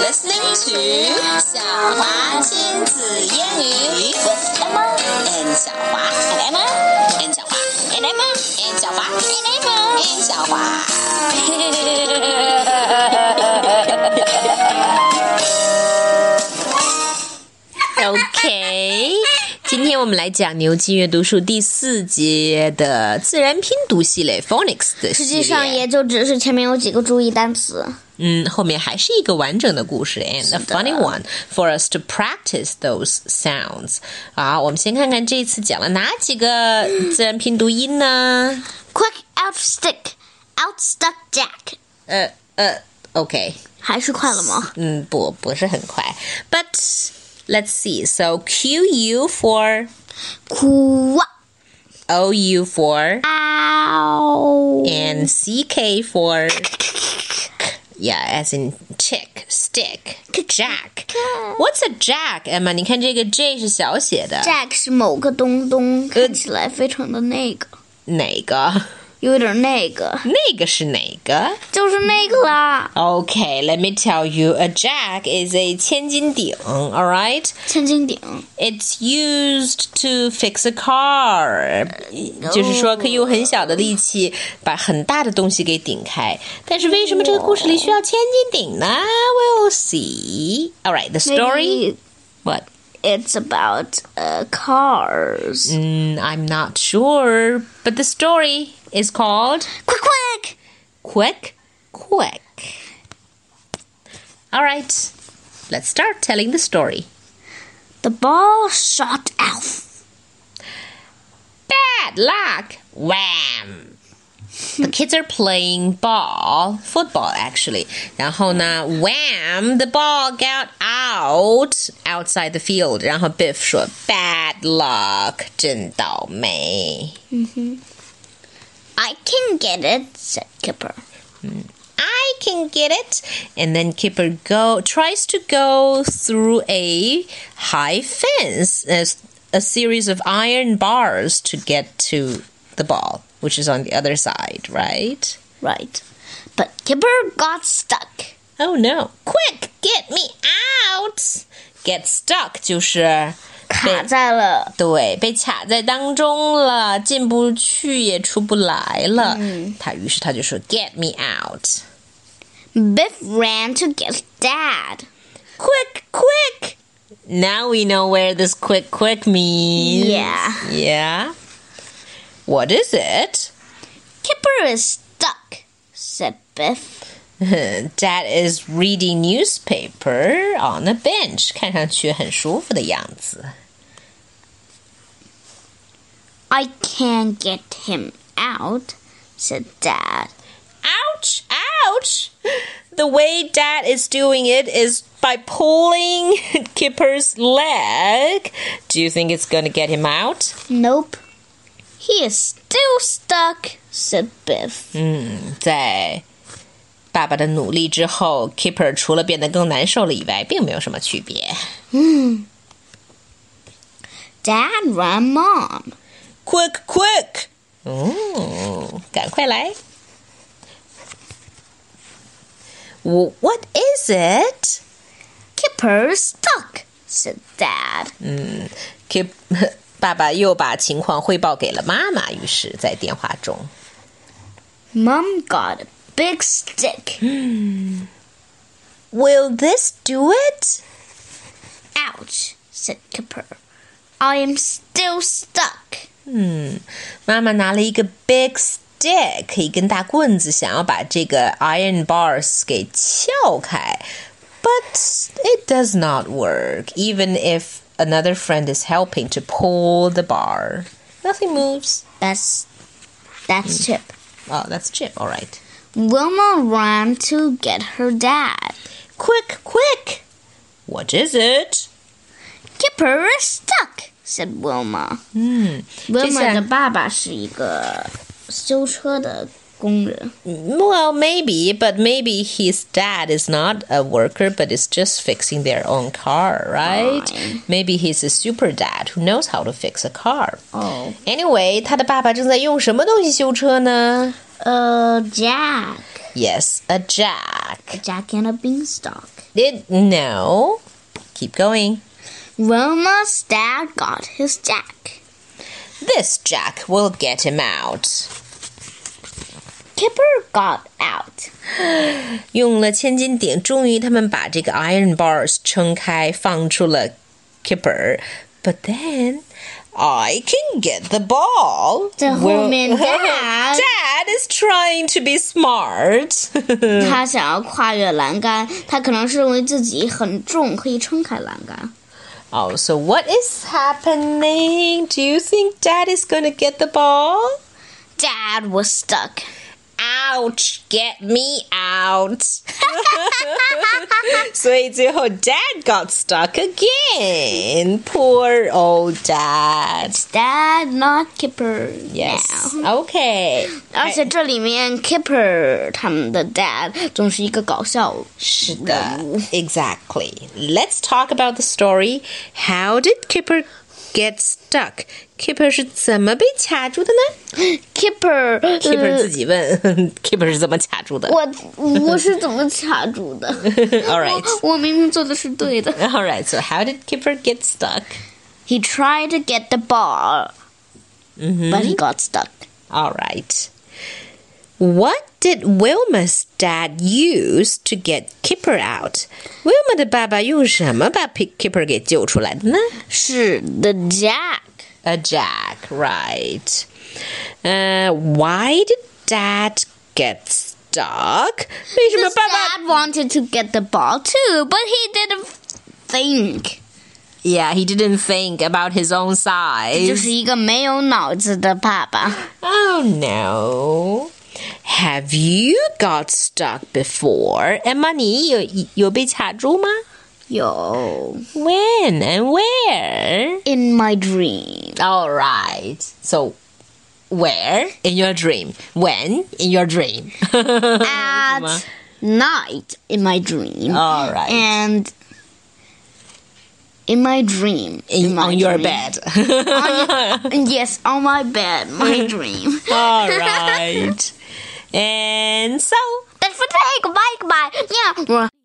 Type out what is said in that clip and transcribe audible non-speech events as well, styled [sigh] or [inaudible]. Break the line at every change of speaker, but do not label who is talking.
listening to 小华亲子英语 with Emma and 小华 and Emma and 小华 and Emma and 小华 and Emma and 小华。
OK，今天我们来讲牛津阅读树第四节的自然拼读系列 （phonics） 的系
实
列。
际上也就只是前面有几个注意单词。
嗯，后面还是一个完整的故事，and a
的
funny one for us to practice those sounds。啊，我们先看看这一次讲了哪几个自然拼读音呢？
Quick out stick, out stuck Jack，
呃呃，OK，
还是快了吗？
嗯，不，不是很快，but let's see。So Q U for
哭
O U for
啊
and C K for yeah as in chick stick jack。What's a jack? Emma，你看这个 J 是小写的，
Jack 是某个东东，看起来非常的那个，
哪个？
有点那个，
那个是哪个
就是那个啦，
？Okay, let me tell you. A jack is a 千斤顶，all right?
千斤顶。
It's used to fix a car，、就是说可以用很小的力气把很大的东西给顶开。但是为什么这个故事里需要千斤顶呢？We'll see. All right, the story.
Maybe
What?
It's about uh, cars.
Mm, I'm not sure, but the story is called
Quick, quick!
Quick, Quick. All right, let's start telling the story.
The ball shot Alf.
Bad luck! Wham! The kids are playing ball, football actually. 然后呢, wham! The ball got out outside the field. 然后 Biff 说 bad luck, 真倒霉.
I can get it, said Kipper.
I can get it. And then Kipper go tries to go through a high fence, a, a series of iron bars to get to the ball, which is on the other side, right?
Right. But Kipper got stuck.
Oh no! Quick, get me out! Get stuck 就是
卡在了
对，被卡在当中了，进不去也出不来了。他于是他就说 “Get me out”。
Biff ran to get Dad.
quick, quick. Now we know where this quick, quick means.
Yeah.
Yeah. What is it? [laughs]
Kipper is stuck, said Biff.
Dad is reading newspaper on a bench. 看上去很舒服的样子。
I can't get him out, said Dad.
Ouch! Ouch! The way Dad is doing it is by pulling [laughs] Kipper's leg. Do you think it's gonna get him out?
Nope. He is still stuck, said Biff.
Hmm, 在爸爸的努力之后，Keeper 除了变得更难受了以外，并没有什么区别。
Dad ran mom.
Quick, quick！哦，赶快来！我 What is it？
Kipper is stuck, said Dad.
Keep 爸爸又把情况汇报给了妈妈，于是，在电话中
Mom got a big stick.
，Will this do it？
Ouch, said Kipper. I am still stuck.
嗯，妈妈拿了一个 Hmm. big stick，一根大棍子，想要把这个 iron bars 给撬开。But it does not work, even if another friend is helping to pull the bar. Nothing moves.
That's that's Chip.
Oh, that's Chip. All right.
Wilma ran to get her dad.
Quick, quick! What is it?
Kipper is stuck, said Wilma.
这下-
Wilma 的爸爸是一个修车的工人。
Well, maybe, but maybe his dad is not a worker, but is just fixing their own car, right?
Fine.
Maybe he's a super dad who knows how to fix a car.
哦，
Anyway，他的爸爸正在用什么东西修车呢
Uh, 呃，Jack
Yes, a jack.
A jack and a beanstalk.
Did no. Keep going.
Roma's dad got his jack.
This jack will get him out.
Kipper got out.
用了千斤顶，终于他们把这个 iron bars 撑开，放出了 kipper。But then I can get the ball.
在
[laughs]
后面
Well-
dad
dad is trying to be smart. [laughs]
他想要跨越栏杆，他可能是认为自己很重，可以撑开栏杆。
oh, so what is happening? Do you think dad is going to get the ball?
Dad was stuck.
Ouch! Get me out. [laughs] 所以最后 Dad got stuck again. Poor old Dad.
Dad, not Kipper.
Yes.
now.
Okay.
而且这里面 Kipper 他们的 Dad 总是一个搞笑人物。
Exactly. Let's talk about the story. How did Kipper get stuck? Kipper 是怎么被卡住的呢
Kipper， [laughs]
？Kipper
呃
自己问 [laughs] ，Kipper 是怎么卡住的
我我是怎么卡住的
[laughs] ？All right.
我我明明做的是对的。
All right. So how did Kipper get stuck?
He tried to get the ball,
Mm-hmm。
but he got stuck.
All right. What did Wilma's dad use to get Kipper out? Wilma 的爸爸用什么把 Pi- Kipper 给救出来的呢
是 the jack.
？A jack, right? Uh, why did dad get stuck? 为什么
His
爸爸
dad wanted to get the ball too, but he didn't think.
？Yeah, he didn't think about his own size.
就是一个没有脑子的爸爸。
Oh no. Have you got stuck before? Emma, 你有有被卡住吗？
有
When and where?
in my dream.
All right. So, where in your dream? When in your dream? [laughs]
At night in my dream.
All Oh, right.
And in my dream.
in,
my
on your
dream.
bed.
And [laughs] yes, on my bed,
[laughs]
my dream.
All [laughs] right. And so,
That's for take. Bye, bye. Yeah.